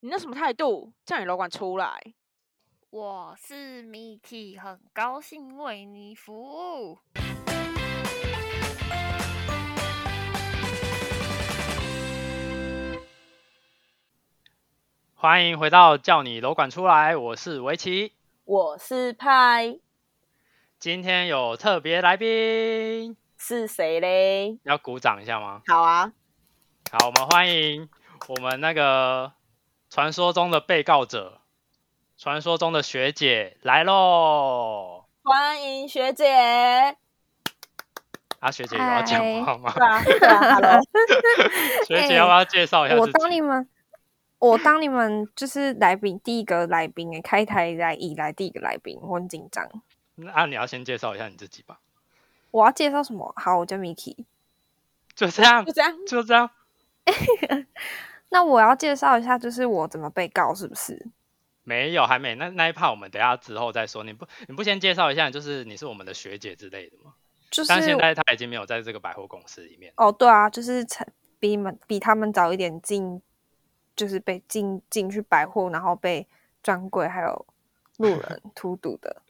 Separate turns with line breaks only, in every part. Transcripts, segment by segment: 你那什么态度？叫你楼管出来！
我是 Miki，很高兴为你服务。
欢迎回到叫你楼管出来，我是围棋。
我是派
今天有特别来宾，
是谁嘞？
要鼓掌一下吗？
好啊，
好，我们欢迎我们那个传说中的被告者，传说中的学姐来喽！
欢迎学姐。对
啊，学姐有要讲话吗？
啊，对啊，Hello，
学姐要不要介绍一下
我
自
当你
己？
们，我当你们就是来宾第一个来宾哎，开台以来以来第一个来宾，我很紧张。
那啊，你要先介绍一下你自己吧。
我要介绍什么？好，我叫 Miki。
就这样
就，这样。
就这样。
那我要介绍一下，就是我怎么被告，是不是？
没有，还没。那那一趴我们等一下之后再说。你不，你不先介绍一下，就是你是我们的学姐之类的吗？
就是
但现在她已经没有在这个百货公司里面。
哦，对啊，就是才比你们比他们早一点进，就是被进进去百货，然后被专柜还有路 人荼毒的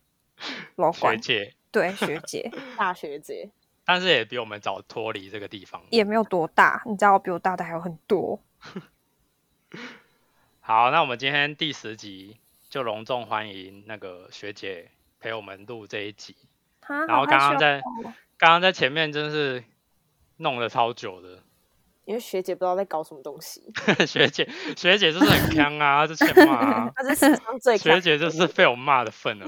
楼
学
管，
姐，
对学姐
大学姐，
但是也比我们早脱离这个地方。
也没有多大，你知道我比我大的还有很多。
好，那我们今天第十集就隆重欢迎那个学姐陪我们录这一集。
哈
然
好
后
害
刚刚
羞
在
哦
刚刚在前面真是弄了超久的，
因为学姐不知道在搞什么东西，
学姐学姐就是很坑啊，之前骂 啊，
她是史上最
学
强。
姐就是被我骂的份了，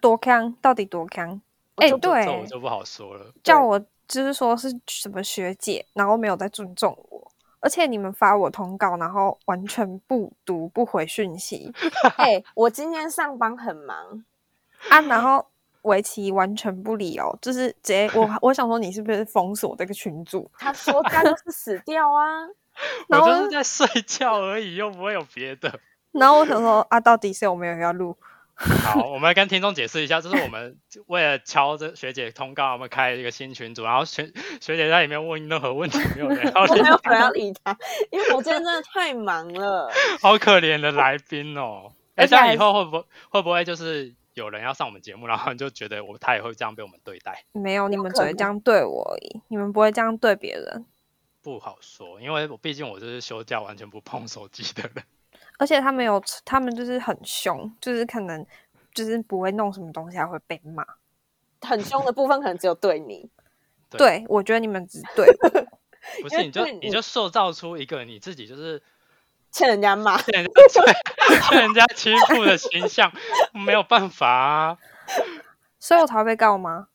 多康，到底多康？
我
哎、
就不
这我
对，
就不好说了。
叫我就是说是什么学姐，然后没有在尊重我，而且你们发我通告，然后完全不读不回讯息
哎，我今天上班很忙，
啊，然后围棋完全不理哦，就是直接我我想说你是不是封锁这个群组？
她说她就是死掉 啊。
我
然后
就是在睡觉而已，又不会有别的。
然后我想说啊，到底是有没有要录？
好，我们跟听众解释一下，就是我们为了敲这学姐通告，我们开了一个新群组，然后学学姐在里面问任何问题，没有 人要
我
理
没有人要理她，因为我今天真的太忙了。
好可怜的来宾哦。哎、
而且
这样
还
以后会不会会不会就是有人要上我们节目，然后你就觉得我他也会这样被我们对待？
没有，你
有
们只
可
会这
能
样对我而已，你们不会这样对别人。
不好说，因为我毕竟我就是休假完全不碰手机的 人。
而且他们有，他们就是很凶，就是可能就是不会弄什么东西，还会被骂。
很凶的部分可能只有对你，
对
对，我觉得你们只对我
不
因
是，
为嗯
你就
对
你
你
就塑造出一个你自己就是
欠人家骂。
被人家对被人家欺负的形象，没有办法啊。
所以我才会被告吗？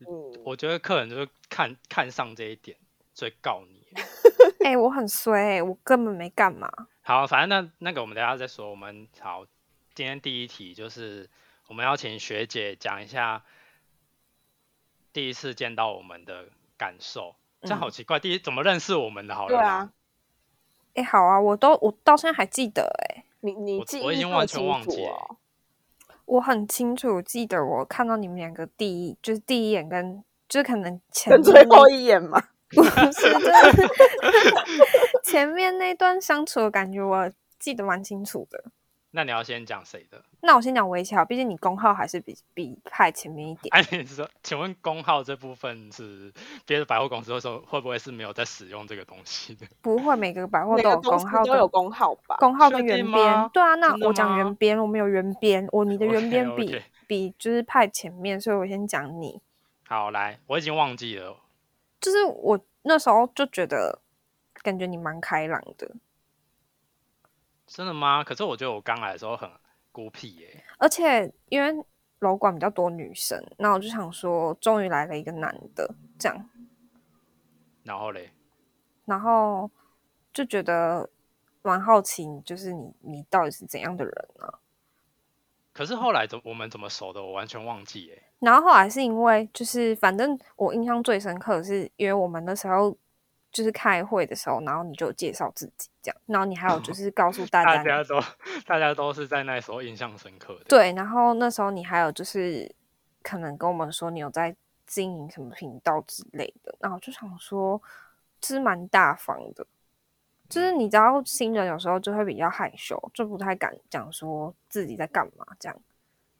嗯，
我觉得客人就是看看上这一点，所以告你。
哎、我很衰、欸，我根本没干嘛。
好，反正那那个我们等一下再说。我们好，今天第一题就是我们要请学姐讲一下第一次见到我们的感受。这样好奇怪，第一怎么认识我们的？
嗯
好了
对
啦，
啊
哎、好啊，我都我到现在还记得、欸，
你你
我
记
我已
忆这
经
么
完全
清
忘
楚
记了
哦。
我很清楚记得我看到你们两个第一，就是第一眼跟就是可能前
跟
面
最
那
后一眼嘛，
不是，就是 前面那段相处的感觉，我记得蛮清楚的。
那你要先讲谁的？
那我先讲微笑，毕竟你功耗还是比比派前面一点。
哎、你说，请问工号这部分是别的百货公司会说会不会是没有在使用这个东西的？
不会，每个百货
每
都
个
有
公
工
司
号
都有
的，
工号吧？
工号
设
跟圆
定吗
边。对啊，那
真的
我讲
吗
圆边，我们有圆边，我你的圆边
OK，OK
比比就是派前面，所以我先讲你。
好，来，我已经忘记了。
就是我那时候就觉得，感觉你蛮开朗的，
真的吗？可是我觉得我刚来的时候很孤僻耶、
而且因为楼管比较多女生，那我就想说，终于来了一个男的，这样，
然后嘞，
然后就觉得蛮好奇，就是你你到底是怎样的人啊？
可是后来怎我们怎么熟的，我完全忘记耶、
然后后来是因为，就是反正我印象最深刻的是，因为我们那时候就是开会的时候，然后你就介绍自己这样，然后你还有就是告诉大
大
家，
家都大家都是在那时候印象深刻的。，
对，然后那时候你还有就是可能跟我们说你有在经营什么频道之类的，然后我就想说，就是蛮大方的，就是你知道新人有时候就会比较害羞，就不太敢讲说自己在干嘛这样。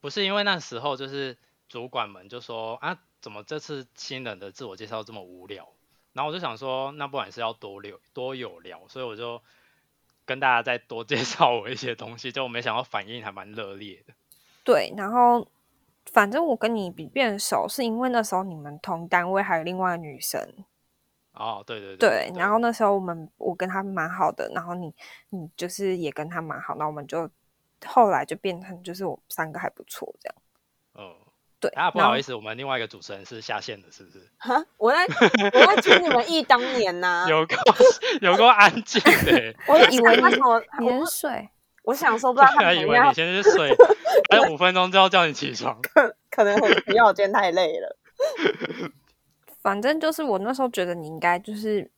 不是因为那时候就是主管们就说啊，怎么这次新人的自我介绍这么无聊？然后我就想说，那不然是要多聊多有聊，所以我就跟大家再多介绍我一些东西，就没想到反应还蛮热烈的。
对，然后反正我跟你比变熟，是因为那时候你们同单位还有另外一个女生，
哦，对对
对，然后
呢？
那时候我们我跟他蛮好的，然后你你就是也跟他蛮好，那我们就后来就变成就是我们三个还不错这样。
嗯，
对，
啊，不
然
好
后
意思，我们另外一个主持人是下线的，是不是？
哈，我在我在听你们忆当年
啊
呐、，
有够 有够安静的欸
我在
以
想
为
他
你
怎么
你
我
是水，
我想说不
我
知道他
还
怎
啊以
么
为你
样，
先去睡，还有五分钟之后叫你起床。
可能很不要，我今天太累了。
反正就是我那时候觉得你应该就是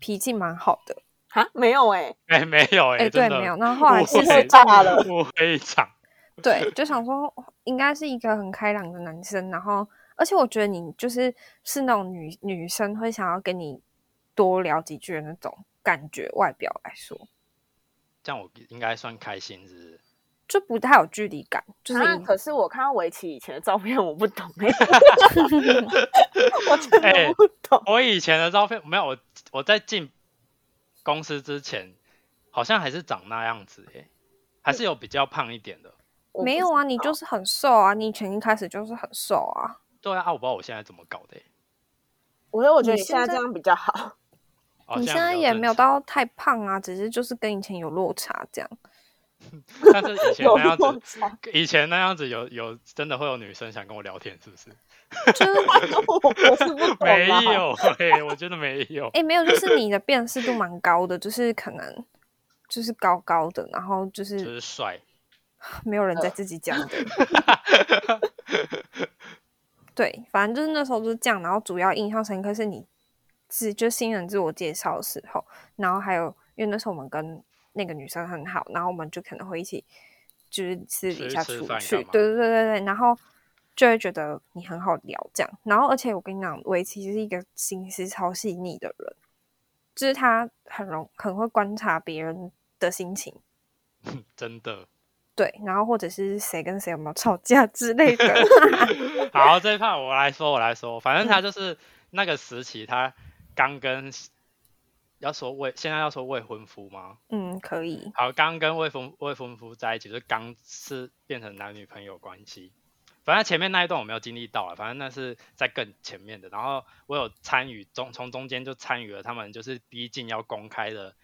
脾气蛮好的，
哈，没有哎、
哎、没有哎、
哎、对，
真的
没有。那后来
误
事
会
实
大了
误会一场。
对，就想说应该是一个很开朗的男生，然后而且我觉得你就是是那种女女生会想要跟你多聊几句的那种感觉，外表来说
这样我应该算开心，是不是？
就不太有距离感，就是
啊，
你
可是我看到围棋以前的照片，我不懂 哎、我真
哎
的不懂。
我以前的照片没有，我我在进公司之前，好像还是长那样子耶，还是有比较胖一点的。
我不
没有啊，你就是很瘦啊，你以前一开始就是很瘦啊。
对啊，啊我不知道我现在怎么搞的欸耶。
我觉啊得我觉得
你
你现在
现
这
在
样比较好。
哦、
你现
在
在
比较
也
正
没有
常，
到太胖啊，只是就是跟以前有落差 这样。
但是以前那样
落
子，
差，
以前那样子有有真的会有女生想跟我聊天，是不是？
我我是不 懂
没
啊。
有哎、我觉得没有。
诶，没有，就是你的辨识度蛮高的，就是可能就是高高的，然后就
就是是呃帅，
没有人在自己讲的。对，反正就是那时候就是这样，然后主要印象深刻是你自就新人自我介绍的时候，然后还有因为那时候我们跟那个女生很好，然后我们就可能会一起就是私底
吃
下
吃
出
饭
去
干，嘛
对对对对对，然后就会觉得你很好聊这样，然后而且我跟你讲，围棋是一个心思超细腻的人，就是他很容很会观察别人的心情，
真的。
对，然后或者是谁跟谁有没有吵架之 类的。
好，这一趴我来说，我来说，反正他就是那个时期，他刚跟要说未，现在要说未婚夫吗？
嗯，可以。
好，刚跟未婚未婚夫在一起，就是刚是变成男女朋友关系。反正前面那一段我没有经历到啊，反正那是在更前面的。然后我有参与中，从中间就参与了他们就是逼近要公开的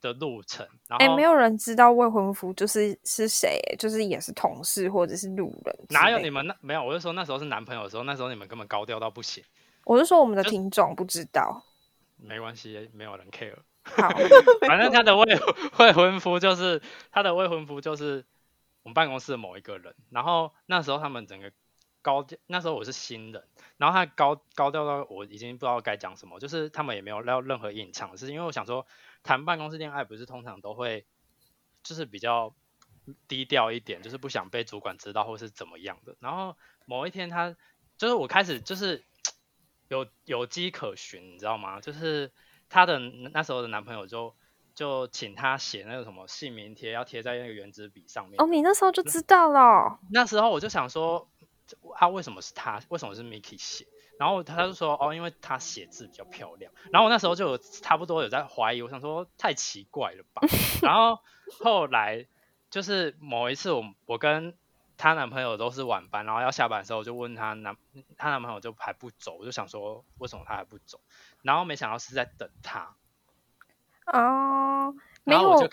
的路程。然后
哎、没有人知道未婚夫就是是谁、就是也是同事或者是路人。
哪有你？们那没有？我就说那时候是男朋友的时候，那时候你们根本高调到不行。
我是说我们的
就
听众不知道。
没关系，没有人 care。
好，
反正他的未未婚夫就是他的未婚夫就是我们办公室的某一个人，然后那时候他们整个高调，那时候我是新人，然后他高高调到我已经不知道该讲什么，就是他们也没有要任何隐藏的事情，因为我想说谈办公室恋爱不是通常都会就是比较低调一点，就是不想被主管知道或是怎么样的。然后某一天他就是我开始就是有有迹可循，你知道吗？就是她的那时候的男朋友就就请她写那个什么姓名贴，要贴在那个圆珠笔上面。
哦，你那时候就知道了。
那时候我就想说，他为什么是他？为什么是 Miki 写？然后他就说，哦，因为他写字比较漂亮。然后我那时候就有差不多有在怀疑，我想说太奇怪了吧。然后后来就是某一次我，我跟她男朋友都是晚班，然后要下班的时候，我就问她男她男朋友就还不走，我就想说为什么他还不走？然后没想到是在等他，
哦，没
然后我就
有。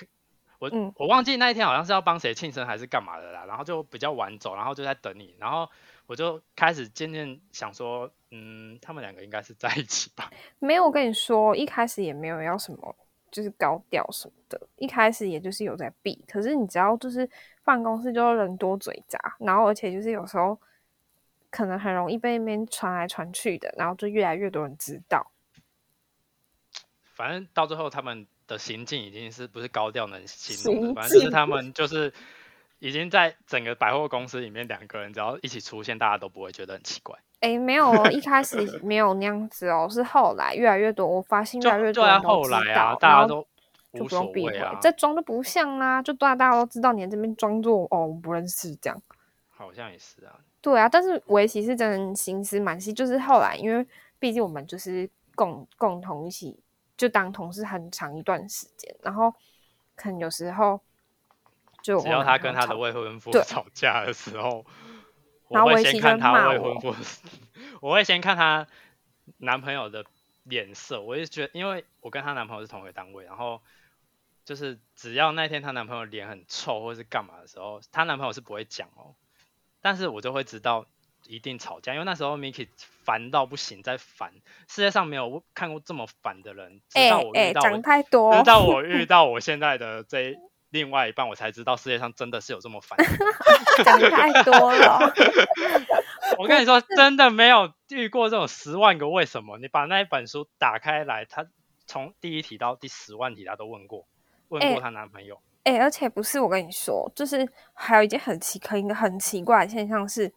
我、
嗯
我忘记那一天好像是要帮谁庆生还是干嘛的啦，然后就比较晚走，然后就在等你，然后我就开始渐渐想说，嗯，他们两个应该是在一起吧？
没有，我跟你说，一开始也没有要什么，就是高调什么的。一开始也就是有在避，可是你只要就是办公室就人多嘴杂，然后而且就是有时候可能很容易被那边传来传去的，然后就越来越多人知道。
反正到最后他们的行径已经是不是高调能形容
行
的，反正就是
径
他们就是已经在整个百货公司里面，两个人只要一起出现，大家都不会觉得很奇怪。
诶，没有哦，一开始没有那样子哦，是后来越来越多，我发现越来越
就
多
对啊，
人
后
都知道，
来啊，
然
大家
后
都
就
无
不
所
用避
谓
讳，
啊，
这装都不像啦，就大大家都知道你在这边装作哦我不认识这样。
好像也是啊，
对啊，但是围棋是真的心思蛮细，就是后来因为毕竟我们就是共共同一起就当同事很长一段时间，然后可能有时候就
只要他跟他的
位，
未婚夫
对
吵架的时候，
然
我
后
会
维
先
西
看
就
他
骂
未
我
婚夫， 我会先看他男朋友的脸色。我就觉得，因为我跟她男朋友是同一个单位，然后就是只要那天她男朋友脸很臭或是干嘛的时候，她男朋友是不会讲哦，但是我就会知道一定吵架，因为那时候 Miki 烦到不行，在烦，世界上没有看过这么烦的人，直
哎
到我遇
哎，
到我
讲太多
直，到我遇到我现在的这一另外一半，我才知道世界上真的是有这么烦的人。
讲太多了。
我跟你说，真的没有遇过这种十万个为什么。你把那一本书打开来，他从第一题到第十万题，他都问过，问
哎
过她男朋友。
哎、而且不是我跟你说，就是还有一件很奇可一个很奇怪的现象是，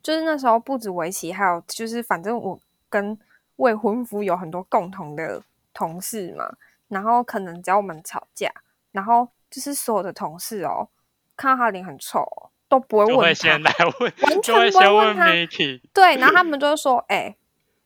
就是那时候不止围棋，还有就是反正我跟未婚夫有很多共同的同事嘛，然后可能只要我们吵架，然后就是所有的同事哦，看到他脸很臭哦、都不会
就
问
会先
他，
来问，
完
就
全
会
不会
先
问
问
他
Miki，
对，然后他们就会说，哎、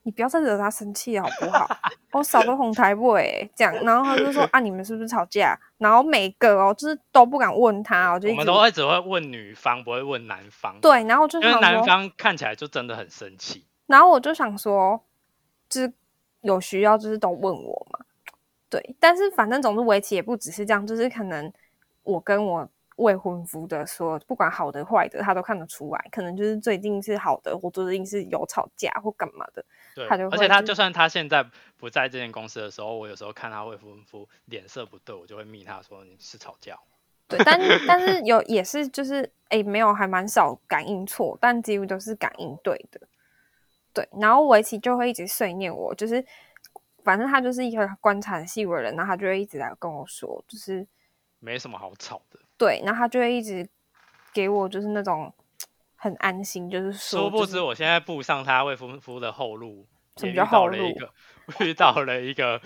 你不要再惹他生气了好不好？我扫个红台位、欸，这样，然后他就说啊，你们是不是吵架？然后每个哦，就是都不敢问他哦，就一
我们
直
都会只会问女方，不会问男方。，
对，然后我就
因
想
为男
说，
方看起来就真的很生气。
然后我就想说，就是有需要就是都问我嘛，对。但是反正总之围棋也不只是这样，就是可能我跟我未婚夫的说，不管好的坏的，他都看得出来。可能就是最近是好的，或最近是有吵架或干嘛的。
对，
他就
而
会
且他
就
就算他现在不在这间公司的时候，我有时候看他未婚夫脸色不对，我就会密他说你是吵架哦。
对，但但是有也是就是诶，没有还蛮少感应错，但几乎都是感应对的。对，然后围棋就会一直碎念我，就是反正他就是一个观察很细微的人，然后他就会一直来跟我说，就是
没什么好吵的。
对，然后他就会一直给我就是那种很安心，就是说，
殊不
就
知
是
我现在步上他未婚夫的后路，
什
也
么
遇
叫
到
后
了一
路
个 遇到了一个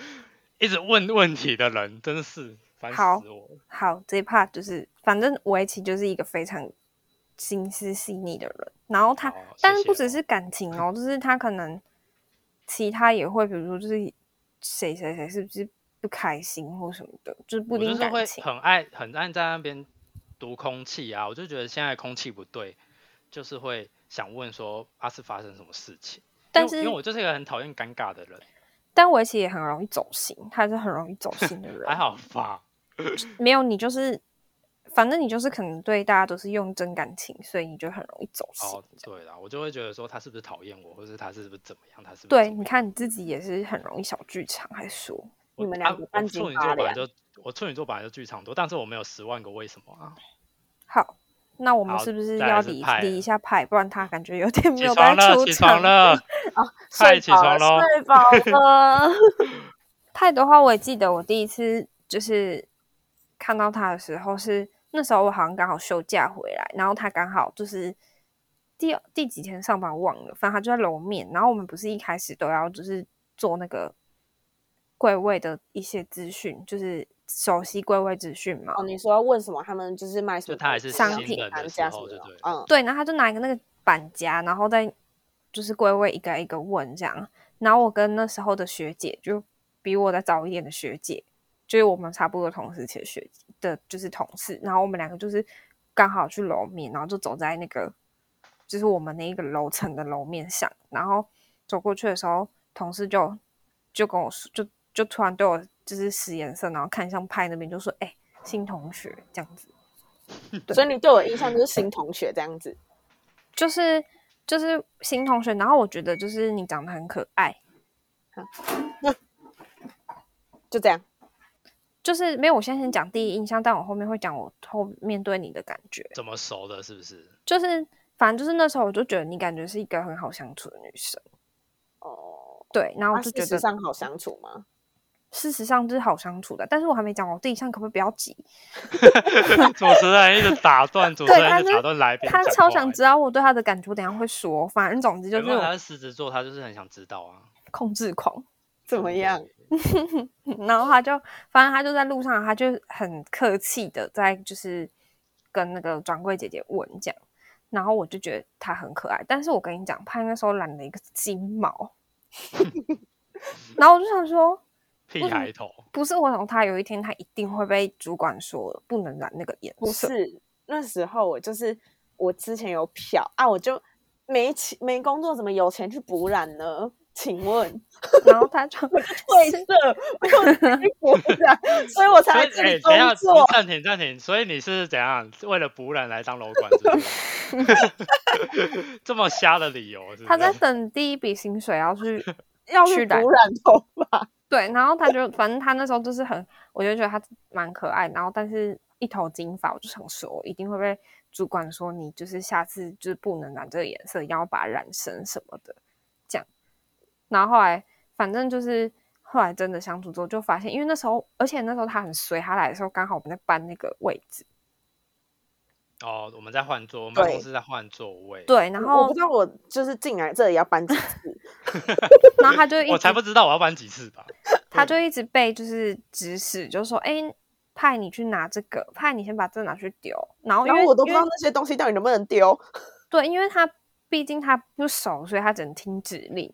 一直问问题的人，真是烦死
好
我了。
好，这一 part 就是，反正围棋就是一个非常心思细腻的人。然后他，
好哦谢
但是不
谢
只是感情 哦，就是他可能其他也会，比如说就是谁谁谁是不是不开心或什么的，就是不
我
一
就
定
是
感
会
情。
很爱很爱在那边读空气啊，我就觉得现在空气不对，就是会想问说啊是发生什么事情。因
但
为
是
因为我就是一个很讨厌尴尬的人，
但围棋也很容易走心，他也是很容易走心 的人。
还好吧？
没有你就是，反正你就是可能对大家都是用真感情，所以你就很容易走心。
哦，对啦，我就会觉得说他是不是讨厌我，或者是他是不是怎么样，他是不是
对，
怎么
你
样
看你自己也是很容易小剧场，还说。
我
你们
啊
两个
我
半斤
处女
八
座本来
两
就我处女座本来就剧场多，但是我没有十万个为什么啊。
好，那我们
好
是不是
再来
要
是
理
派
理一下派？不然他感觉有点没
起
有在
床了，
出
起
场哦
床。 了，快
睡
起
饱
床
了，
喽！
睡饱了。
派的话，我也记得我第一次就是看到他的时候是那时候我好像刚好休假回来，然后他刚好就是第二第几天上班忘了，反正他就在楼面。然后我们不是一开始都要就是做那个柜位的一些资讯，就是熟悉柜位资讯嘛。
哦，你说要问什么？他们就是卖什
就
么？
他还是
商
新
品
人的
单
时
价什
候，
么
就
的
对了。
嗯，
对，然后他就拿一个那个板夹，然后再就是归位一个一个问这样。然后我跟那时候的学姐，就比我再早一点的学姐，就是我们差不多同时期的学姐的，就是同事。然后我们两个就是刚好去楼面，然后就走在那个就是我们那一个楼层的楼面上，然后走过去的时候，同事就就跟我说，就就突然对我就是使眼色，然后看向派那边，就说：“哎、新同学这样子。”
嗯所以你对我的印象就是新同学这样子。
就是就是新同学，然后我觉得就是你长得很可爱，
就这样。
就是没有我现在先讲第一印象，但我后面会讲我后面对你的感觉，
怎么熟的？是不 是？
就是反正就是那时候我就觉得你感觉是一个很好相处的女生，
哦，
对，然后
那
我就觉
事
得、
实上好相处吗？
事实上是好相处的，但是我还没讲我第一印象，可不可以不要急？
主持人一直打断，主持
对
人
他
一直
就
打断来宾哎讲
他
话。欸
超想知道我对他的感觉，我等一下会说，反正总之就
因
是
为他
我
是狮子座，他就是很想知道啊。欸
控制狂，
怎么样？
然后他就，反正他就在路上，他就很客气的在就是跟那个专柜姐姐问这样，然后我就觉得他很可爱，但是我跟你讲，他那时候染了一个金毛，然后我就想说，
屁
为什么
孩头，
不是我想他有一天他一定会被主管说不能染那个颜
不
色，
是，那时候我就是我之前有漂啊，我就没钱没工作，怎么有钱去补染呢？请 问，
然后他 就
褪
是
色没有钱去补染，所以我才
所
来
以
这
哎
里
等
工
一下
作。
暂停暂停，所以你是怎样为了补染来当楼管是不 是？这么瞎的理由是不是？
他在等第一笔薪水要去
要
去
去
染
补染头发，
对，然后他就反正他那时候就是很，我就觉得他蛮可爱，然后但是一头金发，我就想说一定会被主管说你就是下次就是不能染这个颜色，要把它染深什么的这样。然后后来反正就是后来真的相处之后就发现，因为那时候而且那时候他很衰，他来的时候刚好我们在搬那个位置，
哦，我们在换座，我们办公
对
室在换座位。
对，然
我
后
不知道我就是进来这里要 搬几次，
然后他就一
我
直
才不知道我要搬几次吧。
他就一直被就是指使，就说哎。派你去拿这个，派你先把这个拿去丢，然后因
然
为
后我都不知
因为
道那些东西到底能不能 丢。
对，因为他毕竟他不熟，所以他只能听指令。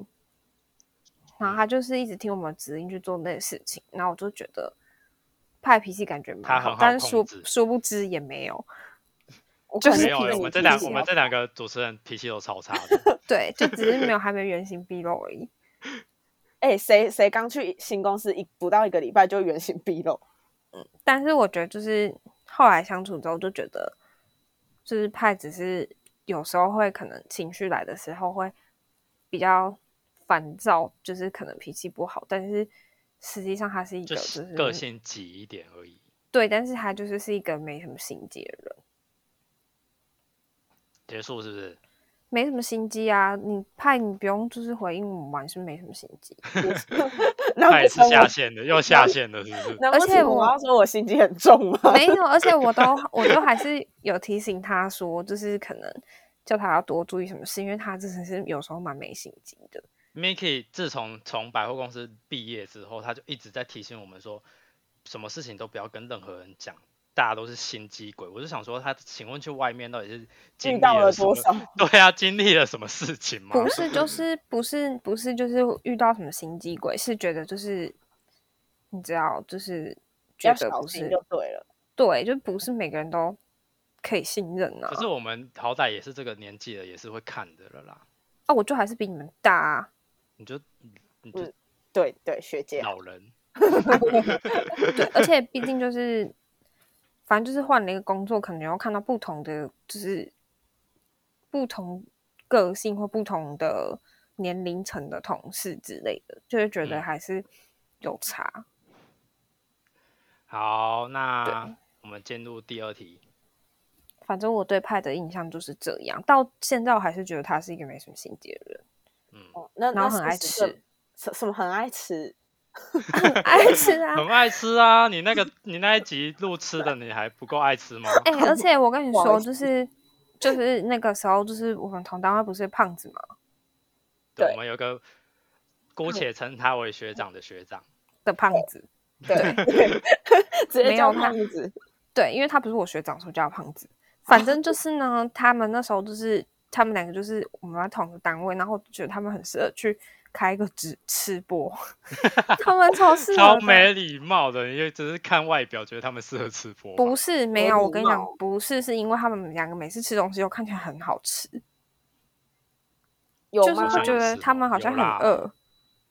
然后他就是一直听我们指令去做那些事情，然后我就觉得派脾气感觉蛮
他很好
但
控
殊
制
殊不知也没有。
我
就
可能
是
没有
听
欸，
你
我们
自
这两
己
啊
我们
要
这两个主持人脾气都超差 的。
对，就只是没有还没原形毕露而已。
哎、谁谁刚去新公司一不到一个礼拜就原形毕露，
但是我觉得就是后来相处之后，就觉得就是派只是有时候会可能情绪来的时候会比较烦躁，就是可能脾气不好，但是实际上他是一
就
个就是是
个性急一点而已，
对，但是他就是是一个没什么心机的人，
结束是不是？
没什么心机啊。你派你不用就是回应我们，是没什么心机。
然后
他也是
我
下线的，又下线的，是不是？
难
而
不
且
成我
我
要说我心机很重吗？
没有，而且我都我都还是有提醒他说，就是可能叫他要多注意什么事，因为他真的是有时候蛮没心机的。
Mickey 自从从百货公司毕业之后，他就一直在提醒我们说，什么事情都不要跟任何人讲，大家都是心机鬼。我就想说，他请问去外面到底是经
遇
历
到了
什么
多？少？
对啊，经历了什么事情吗？
不是，就是不是不是，就是遇到什么心机鬼，是觉得就是你知道，就是觉
要
得
小
不
心
是
就对了。
对，就不是每个人都可以信任啊
可。是我们好歹也是这个年纪了，也是会看的了啦。
啊，我就还是比你们大啊。
你就你就
对对，学姐，
老人，
对，而且毕竟就是，反正就是换了一个工作，可能要看到不同的，就是不同个性或不同的年龄层的同事之类的，就会觉得
嗯
还是有差。
好，那我们进入第二题。
反正我对派的印象就是这样，到现在我还是觉得他是一个没什么心机的人，
嗯，
哦那
然
那
后很爱
40个
吃，
什什么很爱 吃？
爱吃啊。
很爱吃啊！你那个你那一集录吃的，你还不够爱吃吗？
哎、而且我跟你
不好
说，
意思
就是就是那个时候，就是我们同单位不是胖子嘛，
对，
对
我们有
嗯
个姑且称他为学长的学长，
的胖子，
对，直接
没
叫
有看
胖子。
对，因为他不是我学长，所以叫他胖子。反正就是呢，他们那时候就是他们两个就是我们在同一个单位，然后我就觉得他们很适合去开一个直吃播， 他们超适合
超
的。
没礼貌的，因为只是看外表觉得他们适合吃播吧。
不是啊没
没
有，
礼
我跟你讲
貌，
不是，是因为他们两个每次吃东西都看起来很 好吃，
有
就是
吗？
会觉
有
得
时
他们好
候
像很
有啦
饿。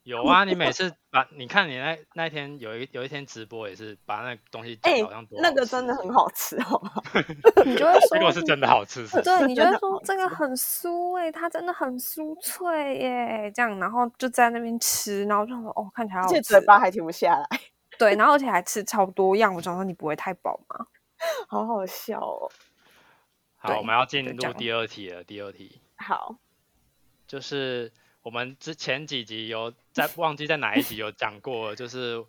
有啊，你每次把你看你那那一天有一有一天直播也是把那东西讲
哎
得好像多好吃、
那个真的很好吃，哦好吗？
你就会
结
说
果是真的 好吃，是不是
对，你就
真
会
的
说
好
这个很酥哎、它真的很酥脆耶，这样，然后就在那边吃，然后就想说哦，看起来好
而
好
且
吃
嘴，巴还停不下来，
对，然后而且还吃超多样，我想说你不会太饱吗？
好好笑哦。
好，
对
我们要进
就这
入
样
第二题了。第二题
好，
就是我们之前几集有在忘记在哪一集有讲过了，就是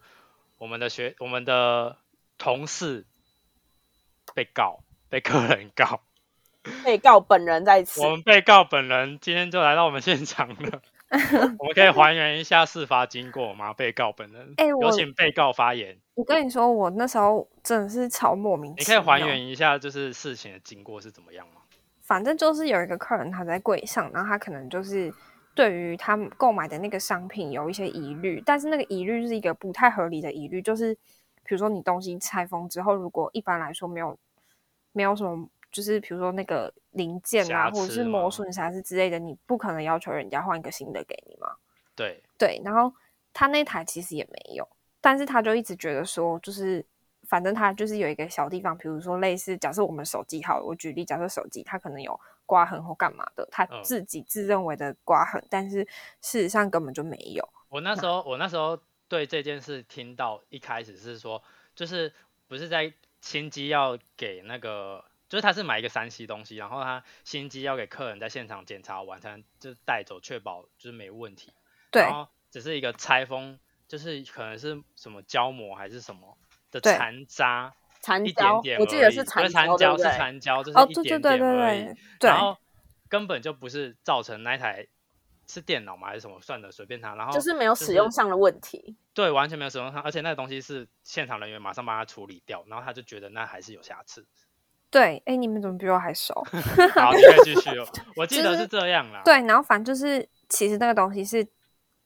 我们的学我们的同事被告被客人告，
被告本人在吃
我，们被告本人今天就来到我们现场了。我们可以还原一下事发经过吗？被告本人，
哎我
有请被告发言。
我跟你说，我那时候真的是哦超莫名
你
其
可以
妙。
还原一下，就是事情的经过是怎么样吗？
反正就是有一个客人他在柜上，然后他可能就是对于他们购买的那个商品有一些疑虑，但是那个疑虑是一个不太合理的疑虑，就是比如说你东西拆封之后，如果一般来说没有没有什么，就是比如说那个零件啊
瑕疵
或者是
吗
磨损瑕疵之类的，你不可能要求人家换一个新的给你嘛。
对，
对，然后他那台其实也没有，但是他就一直觉得说，就是反正他就是有一个小地方，比如说类似，假设我们手机好了，我举例，假设手机它可能有刮痕或干嘛的，他
嗯
自己自认为的刮痕，但是事实上根本就没有。
我那时候，我那时候对这件事听到一开始是说，就是不是在新机要给那个，就是他是买一个三 C 东西，然后他新机要给客人在现场检查完才能就是带走，确保就是没问题。
对
然后只是一个拆封，就是可能是什么胶膜还是什么的
对
残渣，
残
一
胶
点点而已，
我记得是
不
残
是残
胶，对不
是
对？
残胶，就是
哦，
一
对对
点点
对对
而已
对
然
对
后根本就不是造成那一台是电脑吗还是什么？算了，随便它。然后
就是没有使用上的问题。
对，完全没有使用上，而且那个东西是现场人员马上帮他处理掉，然后他就觉得那还是有瑕 疵。
对，哎，你们怎么比我还熟？
好，你可以继续哦。我记
就
得
是
是这样啦。
对，然后反正就是，其实那个东西是，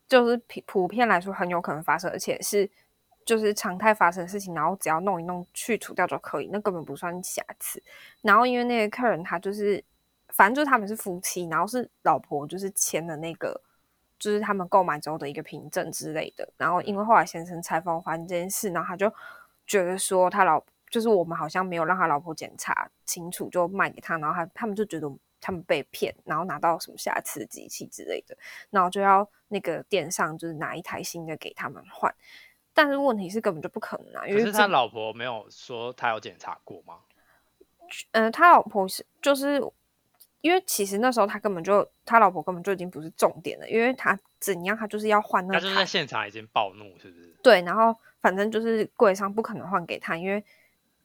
就是普普遍来说很有可能发生，而且是就是常态发生的事情，然后只要弄一弄去除掉就可以，那根本不算瑕疵。然后因为那个客人他就是，反正就是他们是夫妻，然后是老婆就是签了那个，就是他们购买之后的一个凭证之类的。然后因为后来先生拆封发现这件事，然后他就觉得说他老就是我们好像没有让他老婆检查清楚就卖给他，然后他他们就觉得他们被骗，然后拿到什么瑕疵机器之类的，然后就要那个店上就是拿一台新的给他们换。但是问题是根本就不可能啊，因
可
为
是他
这
老婆没有说他有检查过吗？
呃，他老婆是就是因为其实那时候他根本就他老婆根本就已经不是重点了，因为他怎呃样他就是要换那
他就是
台
在，现场已经暴怒，是不是？
对，然后反正就是柜上不可能换给他，因为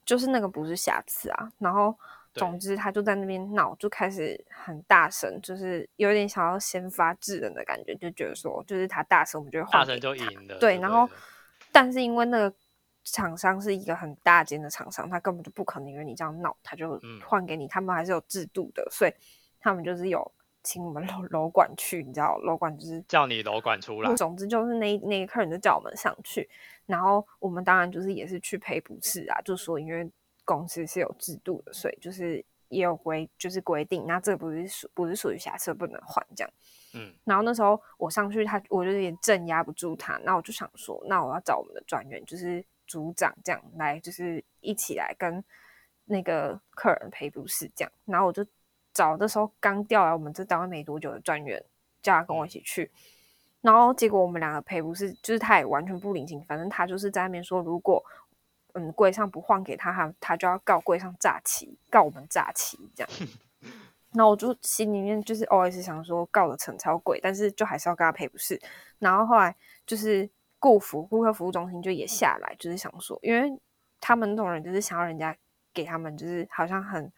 就是那个不是瑕疵啊。然后
对
总之他就在那边闹，就开始很大声，就是有点想要先发制人的感觉，就觉得说就是他大声，我们就会
大
换
神
给
就
他
赢了。
对，
就
然后
了
但是因为那个厂商是一个很大间的厂商，他根本就不可能因为你这样闹，他就
嗯
换给你。他们还是有制度的，所以他们就是有请我们楼楼管去，你知道，楼管就是
叫你楼管出来。
总之就是那一那个客人就叫我们上去，然后我们当然就是也是去赔不是啊，就说因为公司是有制度的，所以就是也有规就是规定，那这不是属不是属于瑕疵不能换这样。
嗯，
然后那时候我上去他，我就有点镇压不住他，那我就想说，那我要找我们的专员，就是组长这样来，就是一起来跟那个客人赔不是这样。然后我就找那时候刚调来我们这单位没多久的专员，叫他跟我一起去。然后结果我们两个赔不是，就是他也完全不领情，反正他就是在那边说，如果嗯柜上不换给他，他他就要告柜上诈欺，告我们诈欺这样。然后我就心里面就是 OS 想说告的成超贵，但是就还是要跟他赔不是。然后后来就是顾服顾客服务中心就
嗯
也下来，就是想说，因为他们那种人就是想要人家给他们就是好像很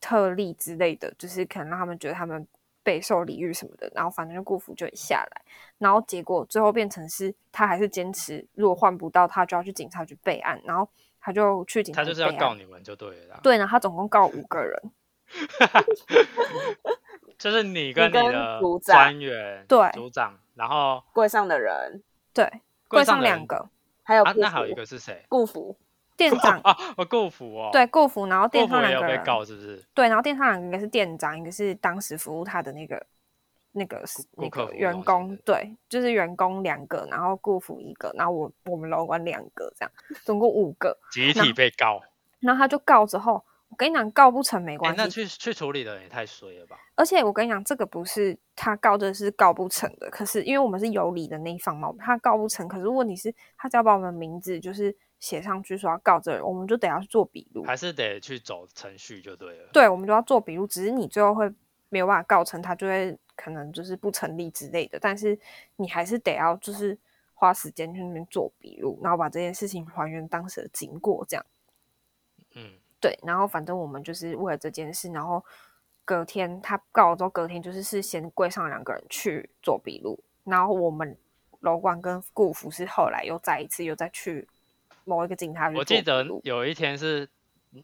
特例之类的，就是可能让他们觉得他们备受礼遇什么的。然后反正就顾服就也下来，然后结果最后变成是他还是坚持，如果换不到他就要去警察局备案，然后他就去警察
他
局
就是
备
要
案。
告你们就对了啦。
啊对，然后他总共告五个人。
就是你跟你
跟
的
组长
专员、
对
组长，然后
柜上的人
对，
柜
柜
上
上
的
两
人
个
还有
啊，
顾
那还有一
服，
个是谁？
顾服
店长，
啊，我顾服哦，
对，顾服，然后
顾
店
服
上
也
两
有
个
被
人，
告是不是？
对，然后店上两个一个是店长，一个是当时服务他的那个那个
顾
那
客
个
服务
员
中心
工
的，
对，就是员工两个，然后顾服一个，然后我我们楼管两个，这样总共五个。
集体被告，
然后他就告之后，我跟你讲，告不成没
哎
关，
那
系，
去去处理的人也太衰了吧？
而且我跟你讲，这个不是他告的是告不成的，可是因为我们是有理的那一方嘛，他告不成，可是问题是，他只要把我们名字就是写上去说要告这个人，我们就得要做笔录，
还是得去走程序就对了。，
对，我们就要做笔录，只是你最后会没有办法告成，他就会可能就是不成立之类的，但是你还是得要就是花时间去那边做笔录，然后把这件事情还原当时的经过这样。
嗯，
对，然后反正我们就是为了这件事，然后隔天他告了之后，隔天就是是先柜上两个人去做笔录，然后我们楼管跟顾服是后来又再一次又再去某一个警察局
我
做
记得
笔录
有一天是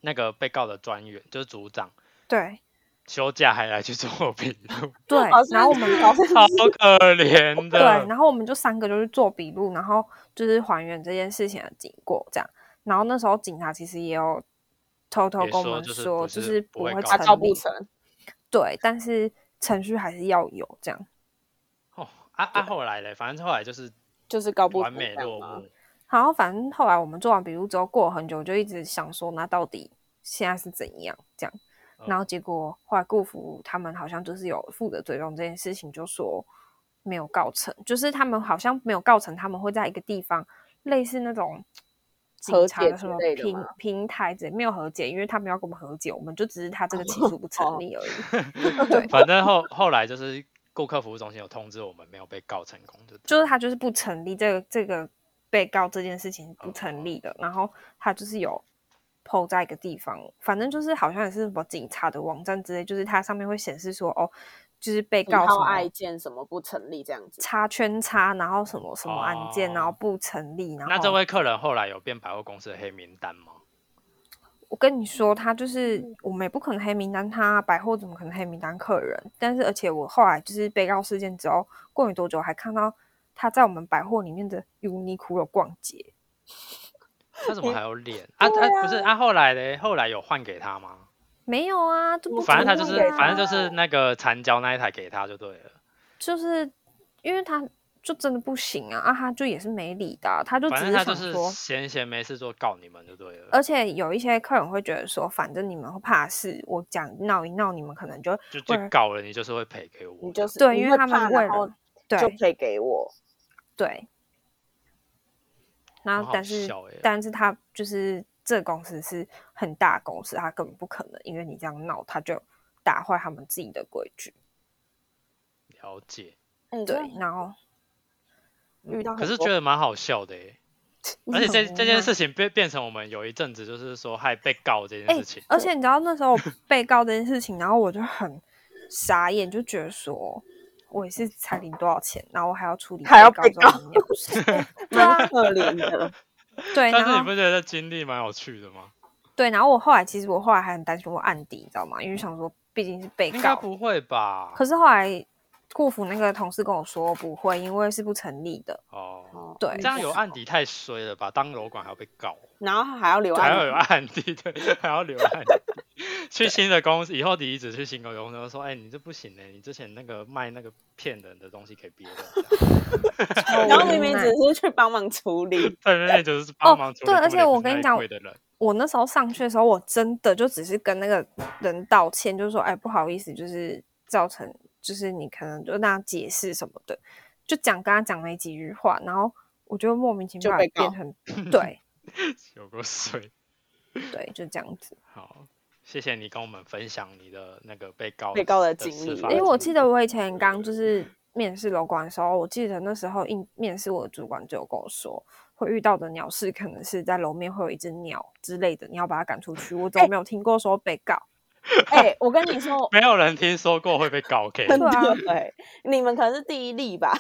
那个被告的专员，就是组长
对
休假还来去做笔录，
对
好，像
然后我们
好像
好可怜
对，
的。
然后我们就三个就去做笔录，然后就是还原这件事情的经过这样。然后那时候警察其实也有偷偷
也
跟我
说
们
就是
说，
不
就是是
不会
会
告
他
成
告
成
不
立，
成，
对，但是程序还是要有这样。
哦，啊啊，后来嘞，反正后来就是
就是告不成
完美
这样
落
吗
幕。
然后反正后来我们做完笔录之后，过了很久，我就一直想说，那到底现在是怎样这样？
嗯
然后结果后来顾服他们好像就是有负责追踪这件事情，就说没有告成，就是他们好像没有告成，他们会在一个地方类似那种警
和
察
解
的
之
什么
类的
平
吗
平台之类，没有和解，因为他们要跟我们和解，我们就只是他这个起诉不
哦
成立而已。
反正后后来就是顾客服务中心有通知我们没有被告成功，就
就是他就是不成立，这个这个被告这件事情不成立的。然后他就是有 PO 在一个地方，反正就是好像也是什么警察的网站之类，就是它上面会显示说哦，就是被
警
告什
号
么
爱件什么不成立这样子。
插圈插，然后什么什么案件，
哦
然后不成立。然后
那这位客人后来有变百货公司的黑名单吗？
我跟你说，他就是我们也不可能黑名单他，百货怎么可能黑名单客人？但是而且我后来就是被告事件之后，过没多久还看到他在我们百货里面的 Uniqlo 逛街。
他怎么还有脸啊？他不是啊？后来嘞，后来有换给他吗？
没有啊，这不
反正
可
他就
能
是
的，啊
反正就是那个残胶那一台给他就对了。
就是因为他就真的不行啊，啊，他就也是没理的啊、他就只
反正他
想
就是
说，
闲闲没事做告你们就对了，
而且有一些客人会觉得说，反正你们会怕事，我讲闹一闹，你们可能就
就
为
就
了
告了你就是会赔给我
你
这
就
样。
是
对，
你
因为
会
他们
怕
为
然后
了对
就可以给我，
对，然
很
后
好
但是
笑欸
但是他就是这个公司是很大公司，他根本不可能因为你这样闹，他就打坏他们自己的规矩，
了解，
哎
对，然后。
遇到
可
很
是
多
觉得蛮好笑的耶。而且 这
什么
这件
啊
事情变变成我们有一阵子就是说害被告这件
哎、
事情，
而且你知道那时候我被告这件事情，然后我就很傻眼，就觉得说我也是才领多少钱，然后我还要处理
还要被
告这种鸟事， 对啊
蛮可怜的，
对，
但是你
然
不
后
觉得这经历蛮有趣的吗？
对，然后我后来其实我后来还很担心我案底，你知道吗？因为想说毕竟是被
应该
告，
不会吧？
可是后来顾府那个同事跟我说不会，因为是不成立的，
哦，
哦
对
这样有案底太衰了吧？当楼管还要被告，
然后还要留
还要
案
有啊案底， 对，还要留案底。 去新的公司以后离职去新的公司说，哎、你这不行呢、你之前那个卖那个骗人的东西给别人这样，
然后明明只是去帮忙处 理，
对对对，就是帮忙处理
哦对
不
而且
了
我
不是
跟
那
你
一
讲
柜的人，
我那时候上去的时候，我真的就只是跟那个人道歉，就是说，哎，不好意思，就是造成，就是你可能就让他解释什么的，就讲跟他讲没几句话，然后我就莫名其
就
妙
被
变
告
成对
有个水。
对，就这样子。
好，谢谢你跟我们分享你的那个被告
被告的
司
经历
法
因为我记
经
得
历
我以前刚就是面试楼管的时候，我记得那时候应面试我的主管就有跟我说，会遇到的鸟事可能是在楼面会有一只鸟之类的，你要把它赶出去。我怎么没有听过说被告？
哎，我跟你 说，
没有人听说过会被告 K，
真
很
的
啊
对，你们可能是第一例吧，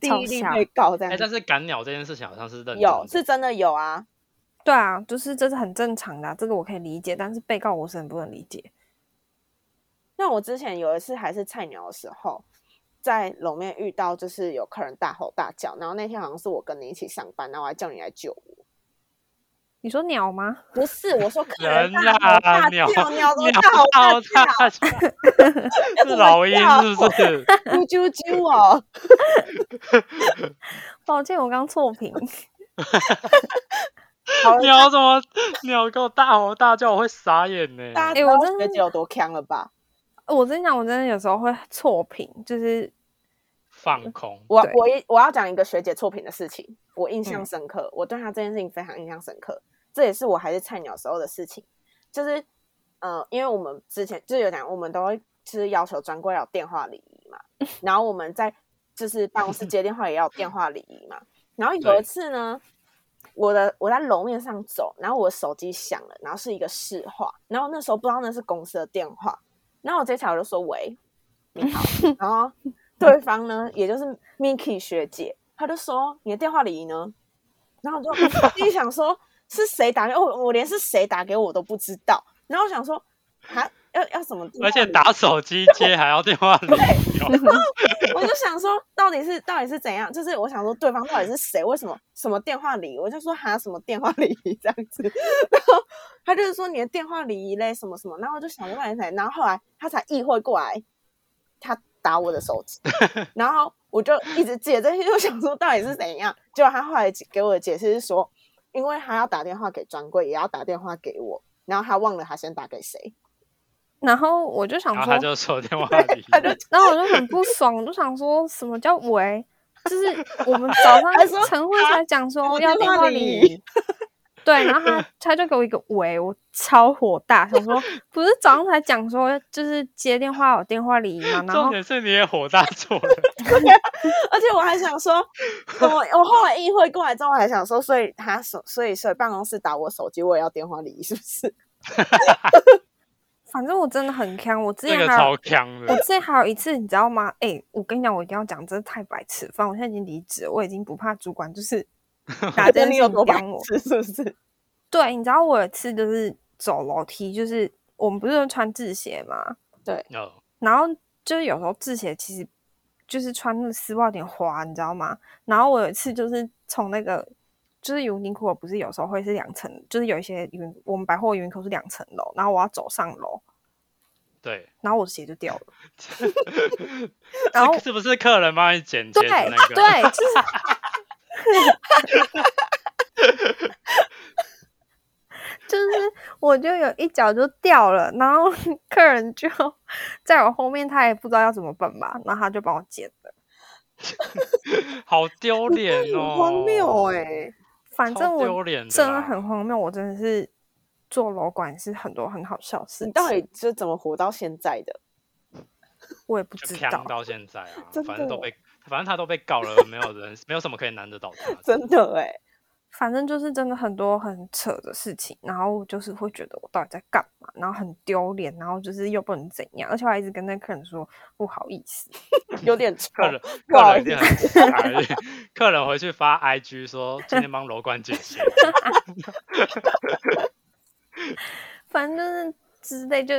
第
超
一例
瞎
被告这
哎、
样
但
子，
是赶鸟这件事情好像是认真
有
的
是真的有啊，
对啊，就是这是很正常的啊、这个我可以理解，但是被告我是很不能理解。
那我之前有一次还是菜鸟的时候，在楼面遇到就是有客人大吼大叫，然后那天好像是我跟你一起上班，然后我还叫你来救我。
你说鸟吗？
不是，我说客人
人
大吼
啊，
大
鸟
叫，鸟 都
鸟
大吼大
大
叫，
叫，是老鹰是不是？
咕啾啾哦。
抱歉，我刚 错评。
好了，
鸟怎么鸟给我大吼大叫，我会傻眼呢、
大家
哎
知
我
道
真的
学姐有多强了吧？
我真的讲，我真的有时候会错评，就是
放空，
我
对
我一我要讲一个学姐错评的事情，我印象
嗯
深刻，我对她这件事情非常印象深刻，这也是我还是菜鸟时候的事情，就是呃，因为我们之前就是有讲，我们都会就是要求专柜要有电话礼仪嘛， 然后我们在就是办公室接电话也要有电话礼仪 嘛，然后有
对
一次呢。我的我在楼面上走，然后我的手机响了，然后是一个市话，然后那时候不知道那是公司的电话，然后我接起来我就说喂，你好，然后对方呢，也就是 Miki 学姐，她就说你的电话里呢，然后我就 第一想说是谁打给我，我连是谁打给我都不知道，然后我想说还要要怎么，
而且打手机接还要电话里
我就想说，到底是到底是怎样？就是我想说，对方到底是谁？为什么什么电话礼仪？我就说哈什么电话礼仪这样子，然后他就是说你的电话礼仪嘞什么什么，然后我就想说到底是谁？然后后来他才意会过来，他打我的手机，然后我就一直记得这些，就想说到底是怎样？结果他后来给我的解释是说，因为他要打电话给专柜，也要打电话给我，然后他忘了他先打给谁，
然后我就想
然后
说
他，就说电话里，
他就
然后我就很不爽，我就想说什么叫喂？就是我们早 上
还说
晨会才讲说
我
要
电
电
话
话
礼
礼仪，对，然后他他就给我一个喂，我超火大，想 说不是早上才讲说就是接电话有电话礼仪嘛，然
重
后
点是你也火大错了，
而且我还想说，我我后来意会过来之后，我还想说，所以他手，所以所以办公室打我手机，我也要电话礼仪，是不是？
反正我真的很坑，我之
这
前
个
还有
超强
我
的
之，前还有一次，你知道吗？哎、我跟你讲，我一定要讲，真的太白痴了。反正我现在已经离职了，我已经不怕主管就是打这件
你
事
有
情
多白
刁我。
痴，是不是？
对，你知道我有一次就是走楼梯，就是我们不是都穿制鞋嘛，
哦，
然后就是有时候制鞋其实就是穿那个丝袜有点滑，你知道吗？然后我有一次就是从那个就是云林库，不是有时候会是两层，就是有一些云我们百货云库是两层楼，然后我要走上楼，
对，
然后我的鞋就掉了，然后
是是不是客人帮你剪
对啊
截的那个？
对，就是 就是，我就有一脚就掉了，然后客人就在我后面，他也不知道要怎么办吧，然后他就帮我捡了。
好 丢脸哦，
很 荒谬哎、
欸反正
超丢
我
脸的
真的
啦
很荒谬，我真的是做楼管是很多很好笑的事
你
情，
到底是怎么活到现在的？
我也不
就
知
呛
道。
到现在啊，
真
反正都
的
被，反正他都被告了，没有人，没有什么可以难得到他的。
真的哎、
反正就是真的很多很扯的事情，然后我就是会觉得我到底在干嘛，然后很丢脸，然后就是又不能怎样，而且我还一直跟那客人说不好意思，
有点丑。
客人
不好
客
意
人一定很傻眼 客人回去发 IG 说今天帮楼管解释，
反正之类就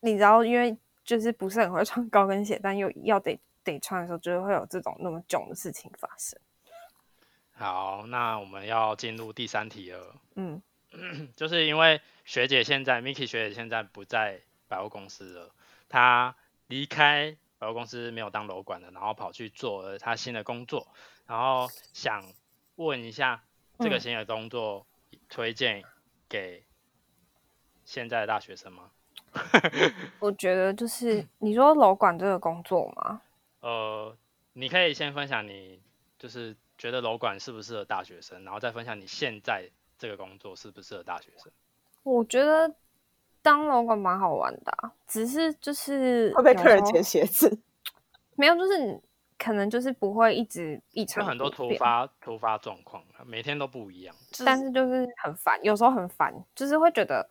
你知道，因为就是不是很会穿高跟鞋，但又要得得穿的时候，就是会有这种那么囧的事情发生。
好，那我们要进入第三题了，
嗯，
就是因为学姐现在 Miki 学姐现在不在百货公司了，她离开百货公司没有当楼管了，然后跑去做了她新的工作，然后想问一下这个
嗯
新的工作推荐给现在的大学生吗？
我觉得
嗯
就是你说楼管这个工作嘛，
呃，你可以先分享你就是觉得楼管适不适合大学生，然后再分享你现在这个工作适不适合大学生。
我觉得当楼管蛮好玩的啊、只是就是
会被
有哦
客人
时候
捡鞋子，
没有，就是你可能就是不会一直一成
有很多
不
突
变，
发突发状况，每天都不一样。
但是就是很烦，有时候很烦，就是会觉得，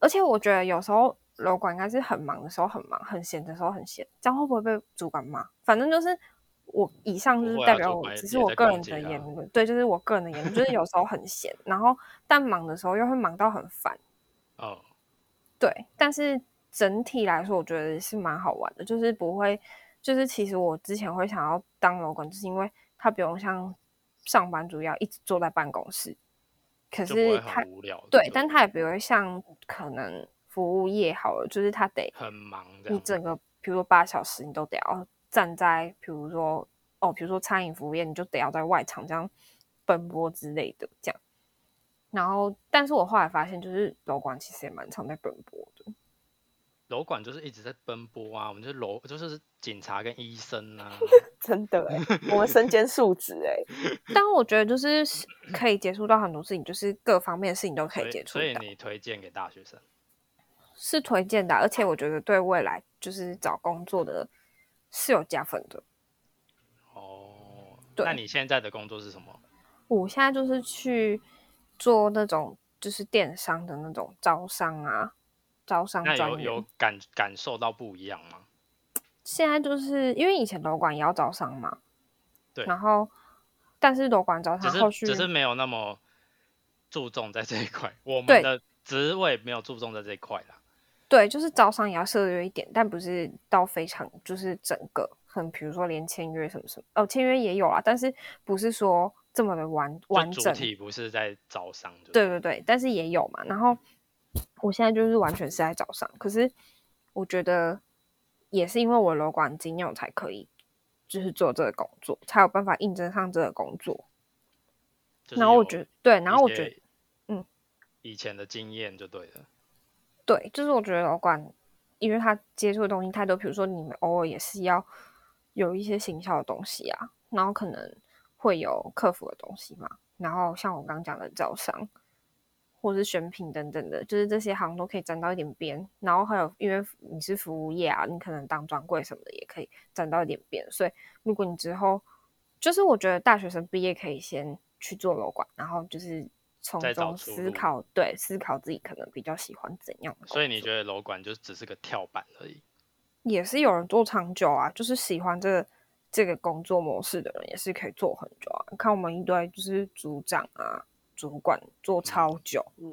而且我觉得有时候楼管应该是很忙的时候很忙，很闲的时候很闲，这样会不会被主管骂？反正就是我以上就是
不会啊
代表
主
我，
管
只
也
是我
在
个
管
人
理
的
啊
言论，对，就是我个人的言论，就是有时候很闲，然后但忙的时候又会忙到很烦，
哦，
对，但是整体来说，我觉得是蛮好玩的，就是不会，就是其实我之前会想要当楼管，就是因为他不用像上班族一样一直坐在办公室，可
就不
是
会
他
很无聊。
对，但他也不
会
会像可能服务业好了，就是他得
很忙这
你
样。
整个，比如说八小时，你都得要站在，比如说哦，比如说餐饮服务业，你就得要在外场这样奔波之类的这样。然后，但是我后来发现，就是楼管其实也蛮常在奔波的。
楼管就是一直在奔波啊，我们就是楼就是警察跟医生啊，
真的哎、 我们身兼数职哎，
但我觉得就是是可以接触到很多事情，就是各方面的事情 都可
所
以接
以嗯
触
所以
到，
你推荐给大学生，
是推荐的啊。而且我觉得对未来就是找工作的是有加分的。
哦，
对
那你现在的工作是什么？
我现在就是去做那种就是电商的那种招商啊，招商
那
专
有
员。
有感感受到不一样吗？
现在就是因为以前楼管也要招商嘛，
对
然后但是楼管招
只
商后
是
续
只是没有那么注重在这一块，我
对
们的职位没有注重在这一块啦。
对，就是招商也要涉略一点，但不是到非常就是整个很，比如说连签约什么什么，哦，签约也有啦，但是不是说这么的完完
就
整
主，体不是在招商，不
对对对，但是也有嘛。然后我现在就是完全是在早上，可是我觉得也是因为我楼管经验，我才可以就是做这个工作，才有办法应征上这个工作。
就是
然后我
有
觉得，对，然后我
一
觉得
些，
嗯，
以前的经验就对了，
对，就是我觉得楼管，因为他接触的东西太多，比如说你们偶尔也是要有一些行销的东西啊，然后可能会有客服的东西嘛，然后像我刚讲的招商或是选品等等的，就是这些行都可以沾到一点边，然后还有因为你是服务业啊，你可能当专柜什么的也可以沾到一点边，所以如果你之后就是我觉得大学生毕业可以先去做楼管，然后就是。从
再找
中
出
思
路
考，对，思考自己可能比较喜欢怎样的工作。
所以你觉得楼管就只是个跳板而已，
也是有人做长久啊，就是喜欢这个这个工作模式的人，也是可以做很久啊。你看我们一堆就是组长啊、主管做超久，
嗯，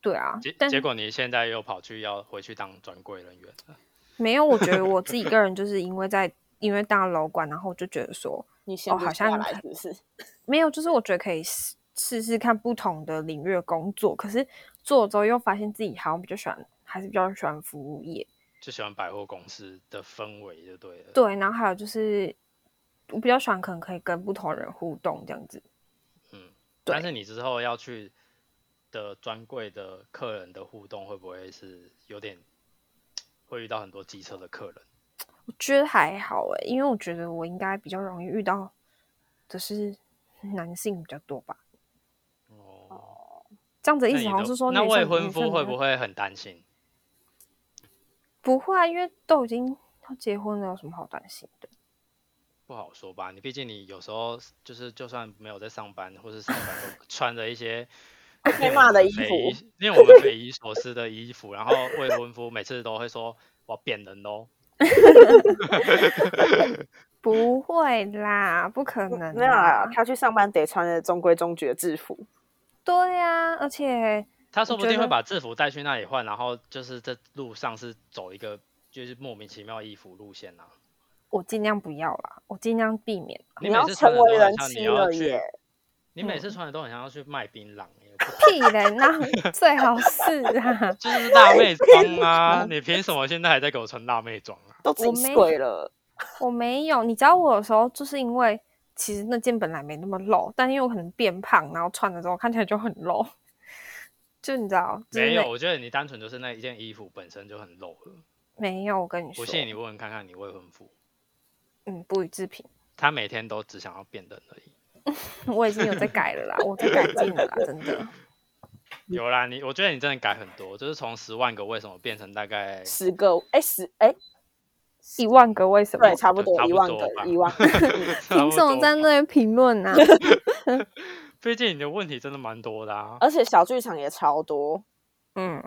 对啊
结，
但
结
是
果你现在又跑去要回去当专柜人员了，
没有，我觉得我自己 个人就是因为在因为当楼管，然后就觉得说
你先
哦好像
来是不是？
没有，就是我觉得可以试试试看不同的领域的工作，可是做了之后又发现自己好像比较喜欢，还是比较喜欢服务业，
就喜欢百货公司的氛围就对了。，
对，然后还有就是我比较喜欢可能可以跟不同人互动这样子。
嗯，
对
但是你之后要去的专柜的客人的互动会不会是有点会遇到很多机车的客人？
我觉得还好诶，因为我觉得我应该比较容易遇到的是男性比较多吧。
哦，
这样子的意
那
思
你
好像
的
是说
那
女
未
生
婚
女
夫
生
会
比
不
较
会很担心？
不会啊？因为都已经要结婚了，有什么好担心的？
不好说吧，你毕竟你有时候就是就算没有在上班，或是上班 都穿着一些
被骂的衣服
令我们匪夷，令我们匪夷所思的衣服，然后未婚夫每次都会说我变人喽，
不会啦，不可
嗯
能
没有啊
啦，。
他去上班得穿的中规中矩的制服，
对呀、而且
他说不
觉
定会
得
把制服带去那里换，然后就是这路上是走一个就是莫名其妙的衣服路线啊。
我尽量不要啦，我尽量避免。
你
你每
要
次穿的
成为
都很
人
像你
妻
要
了
去
耶，
你每
嗯
次穿的都很像要去卖槟榔耶，我不
屁人啊， 最好是啊，
就是辣妹 装啊！你凭什么现在还在给我穿辣妹装啊？
都自
我没
己睡了，
我没有。你知道我有时候就是因为其实那件本来没那么露，但因为我可能变胖，然后穿的时候看起来就很露。 就你知道，就是
没
那
有，我觉得你单纯就是那一件衣服本身就很露了。
没有，我跟你
不
说，
信你问问看看你未婚夫，
嗯，不予置评。
他每天都只想要变人而已。
我已经有在改了啦，我在改进了啦，真 的。
有啦，你我觉得你真的改很多，就是从十万个为什么变成大概
十个哎十哎
一万个为什么
对，？差不多
差不
一万
多吧，
个一万
凭什么在？
差不多吧
那里评论啊 呢？
毕竟你的问题真的蛮多的啊，
呃
而且小剧场也超多，
嗯，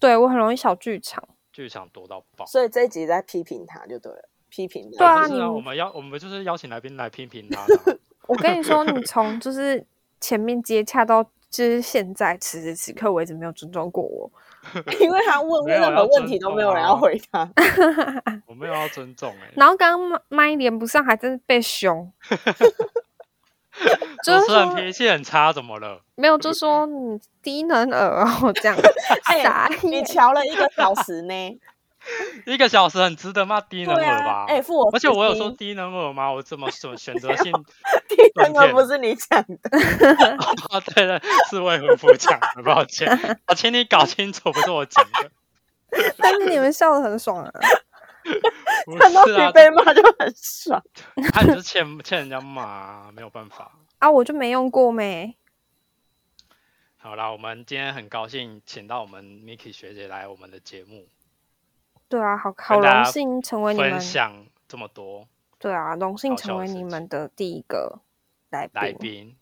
对我很容易小剧场。
剧场多到爆。
所以这一集在批评他就对了，批评他
对啊
不是
你
啊，我们邀我们就是邀请来宾来批评他的啊
我跟你 说，你从就是前面接洽到就是现在此时此刻，我一直没有尊重过我。
因为他问
没有
任
要
何问题
尊
都
重
没有人要
啊
回他，
我没有要尊重哎、
然后刚刚麦麦连不上，还真是 被凶。就
主
是
持人
说
脾气很差，怎么了？
没有，就说你低能儿哦，这样
哎
傻
你
眼。
瞧了一个小时呢，
一个小时很值得吗？低能
对
儿
啊
吧？，
哎，付我
而且
私
我有
心
说低能儿吗？我怎么选选择性哦
第
断
三个
片
不是你讲的，
啊，对了，是未婚夫讲的，抱歉，我请你搞清楚，不是我讲的，
但是你们笑得很爽啊。
不
看到
是啊
你，被骂就很爽。
他就是欠欠人家骂啊，没有办法。
啊，我就没用过没。
好啦，我们今天很高兴请到我们 Miki 学姐来我们的节目，
对啊，好好
跟大
荣
家
幸成为你们
分，享这么多
对啊，荣幸
好笑
成
的
为
事
你
情
们的第一个来
来
宾。
宾。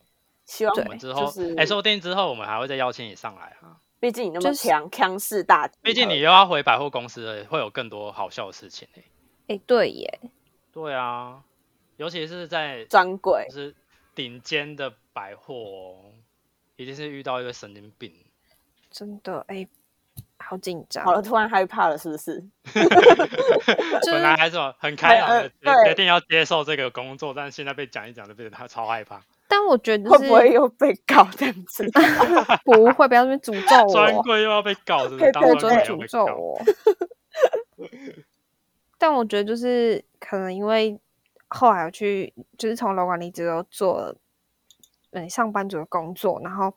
希望
对
我们之
就
后，哎、
是
说不定之后我们还会再邀请你上来啊。
毕竟你那
就
么
是
强，强势大集呃合，
毕竟你又要回百货公司了，会有更多好笑的事情、欸、
哎、对耶，
对啊，尤其是在
专柜
就，是顶尖的百货、哦，一定是遇到一个神经病。
真的哎、好紧张
好。了，突然害怕了，是不是？
就是
本来还是很开朗的，
呃对
决定要接受这个工作，但现在被讲一讲就变得他超害怕。
但我觉得
会
是
不会又被告这样 子？
不会，不要这边诅
哦
咒
专
我，
柜又要被告，是不
被
是？当
不
专柜又
准诅
被
咒
哦
告。
我。 但我觉得就是可能因为后来我去，就是从楼管离职后做了嗯上班族的工作，然后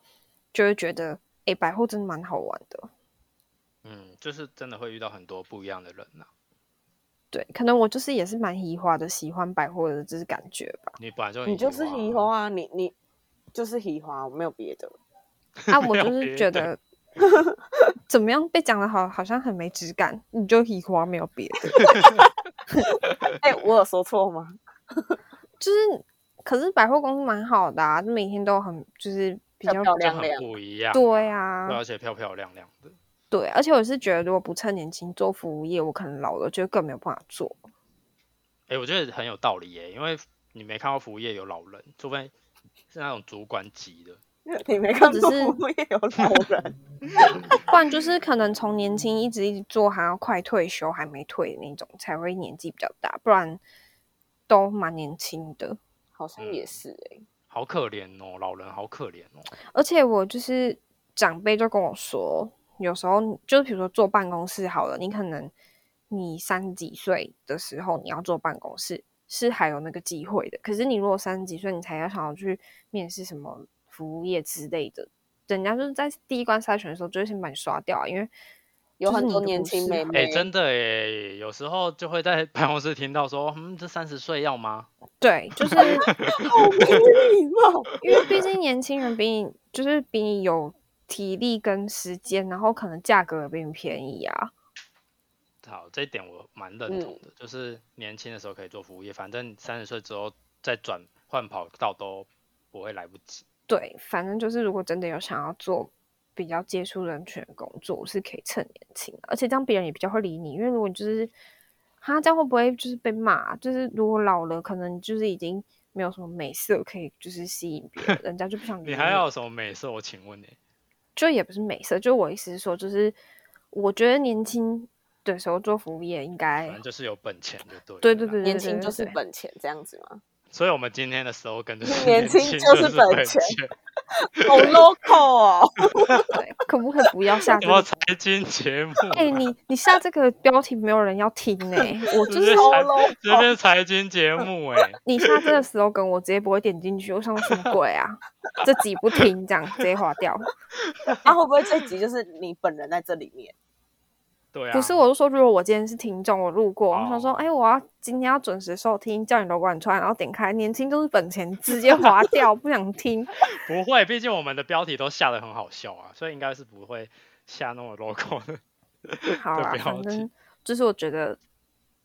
就会觉得哎、诶百货真的蛮好玩的。
嗯，就是真的会遇到很多不一样的人呐、
对，可能我就是也是蛮喜欢的，喜欢百货的，就是感觉吧。
你本来就很
你就是
移
移
花，
花啊，你你就是移花，我没有别 的。
啊，我
没有
就是
别
觉
的
得怎么样被讲的好，好像很没质感，你就喜欢没有别的，
哎、我有说错吗？
就是可是百货公司蛮好的啊，每天都很就是比较
漂漂
就
亮
很
亮
不一样。
对
啊，
啊，
对而且漂漂亮亮的。
对，而且我是觉得如果不趁年轻做服务业，我可能老了就更没有办法做。
哎、我觉得很有道理耶、因为你没看到服务业有老人，除非是那种主管级的。
你没看
或
过
者是
我也有老人，
不然就是可能从年轻一直一直做，还要快退休还没退那种，才会年纪比较大，不然都蛮年轻的。
好像
嗯
也是哎、
好可怜哦，老人好可怜哦。
而且我就是长辈就跟我说，有时候你就是比如说坐办公室好了，你可能你三十几岁的时候你要坐办公室是还有那个机会的，可是你如果三十几岁你才要想要去面试什么服务业之类的，人家就是在第一关筛选的时候就会先把你刷掉啊，因为
有
就是
很
你
多
的
年
不
轻
适
妹
合
哎、
妹，
真的哎，有时候就会在 办公室听到说，嗯，这三十岁要吗？
对，就是
好没礼 貌。
因为毕竟年轻人比你就是比你有体力跟时间，然后可能价格也比你便宜啊。
好，这一点我蛮认同
嗯
的，就是年轻的时候可以做服务业，反正三十岁之后再转换跑道都不会来不及。
对，反正就是如果真的有想要做比较接触人群的工作，是可以趁年轻的，而且这样别人也比较会理你。因为如果你就是他这样会不会就是被骂啊？就是如果老了，可能就是已经没有什么美色可以就是吸引别人，人家就不想 理
你还要有什么美色？我请问你、
就也不是美色，就我意思是说，就是我觉得年轻的时候做服务业应该
反正就是有本钱就对了啦。
对对对
年轻就是
对
本钱这样子吗？
所以我们今天的 slogan 就是
年轻
轻
就
就是是
本
本
钱。 好 local 哦，
对，可不可以 不要下
什
这
么
个？
财经节目？啊
哎、你你下这个标题没有人要听呢、我就
直接
是
好
财
low
直
哦
接财经节目哎、
你下 这个 slogan 我直接不会点进去，我想说什么鬼啊？这集不听，这样直接划掉。
啊，会不会这集就是你本人在这里面？
对啊，
不是，我是说，如果我今天是听众，我路过，我想说，
哦
哎、我要今天要准时收听，叫你楼管穿，然后点开，年轻就是本钱，直接划掉，不想 听。
不会，毕竟我们的标题都下的很好笑啊，所以应该是不会下那么 logo 的。
好啦，
这标
反
题
正就是我觉得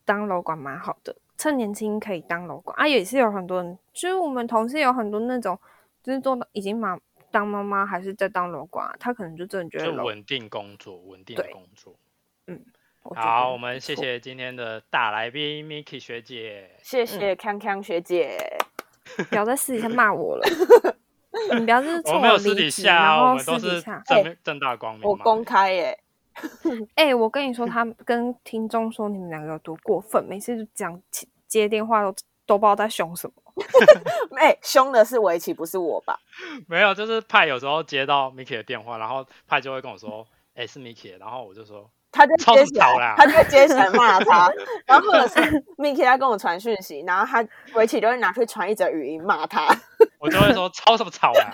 当楼管蛮好的，趁年轻可以当楼管啊，也是有很多人，就是我们同事有很多那种，就是做到已经妈当妈妈还是在当楼管啊、他可能就真的觉得
就
楼，
稳定工作，稳定的
对
工作。
我觉得
好，我们谢
不错
谢今天的大来宾 Miki 学姐。
谢谢康康学姐，
不要再私底下骂 我了。你不要就是
我
冲
们没有私
离
底
职
下
然
啊，我
后
们都
私底
是
下。哦
正面正大光明嘛。
我公开欸耶，
哎、我跟你说，他跟听众说你们两个有多过分，每次就讲起接电话都都不知道在凶什么。
哎，凶的是围棋，不是我吧？
没有，就是派有时候接到 Miki 的电话，然后派就会跟我说：“哎，是 Miki。”然后我就 说
他就
超
接起
吵
来
啦，
他就接起来骂 他，然后或者是 Miki 他跟我传讯息，然后他围棋就会拿去传一则语音骂他，：“
我就会说超什么吵 啊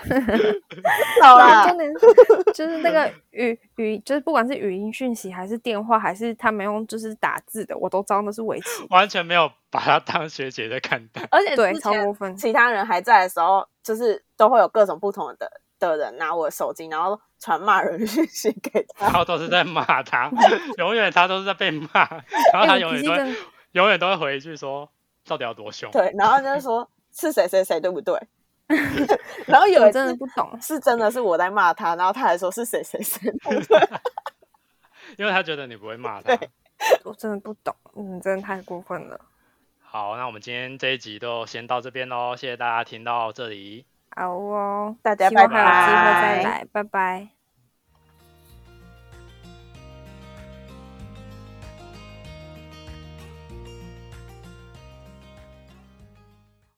好
然后
啦
重，点是就是那个语语，就是不管是语音讯息还是电话，还是他们用就是打字的，我都知道那是围棋，
完全没有把她当学姐在看待。
而且
对，
之
超
前
过分。
其他人还在的时候，就是都会有各种不同的的人拿我的手机，然后传骂人讯息给”
然
他。
后都是在骂她，永远她都是在被骂，然后她
哎、
永
我
远
脾气
都
真
会
的
永远都会回一句说：“到底要多凶？”
对，然后就是说是谁谁谁对不对？然后有
我
一
真
次
的不懂，
是真的是我在骂他，然后他还说是谁谁谁弄的，
因为他觉得你不会骂他。
我真的不懂，嗯，真的太过分了。
好，那我们今天这一集就先到这边喽，谢谢大家听到这里。
好哦，
大家
希望
拜
还有机会
拜
再来，拜拜。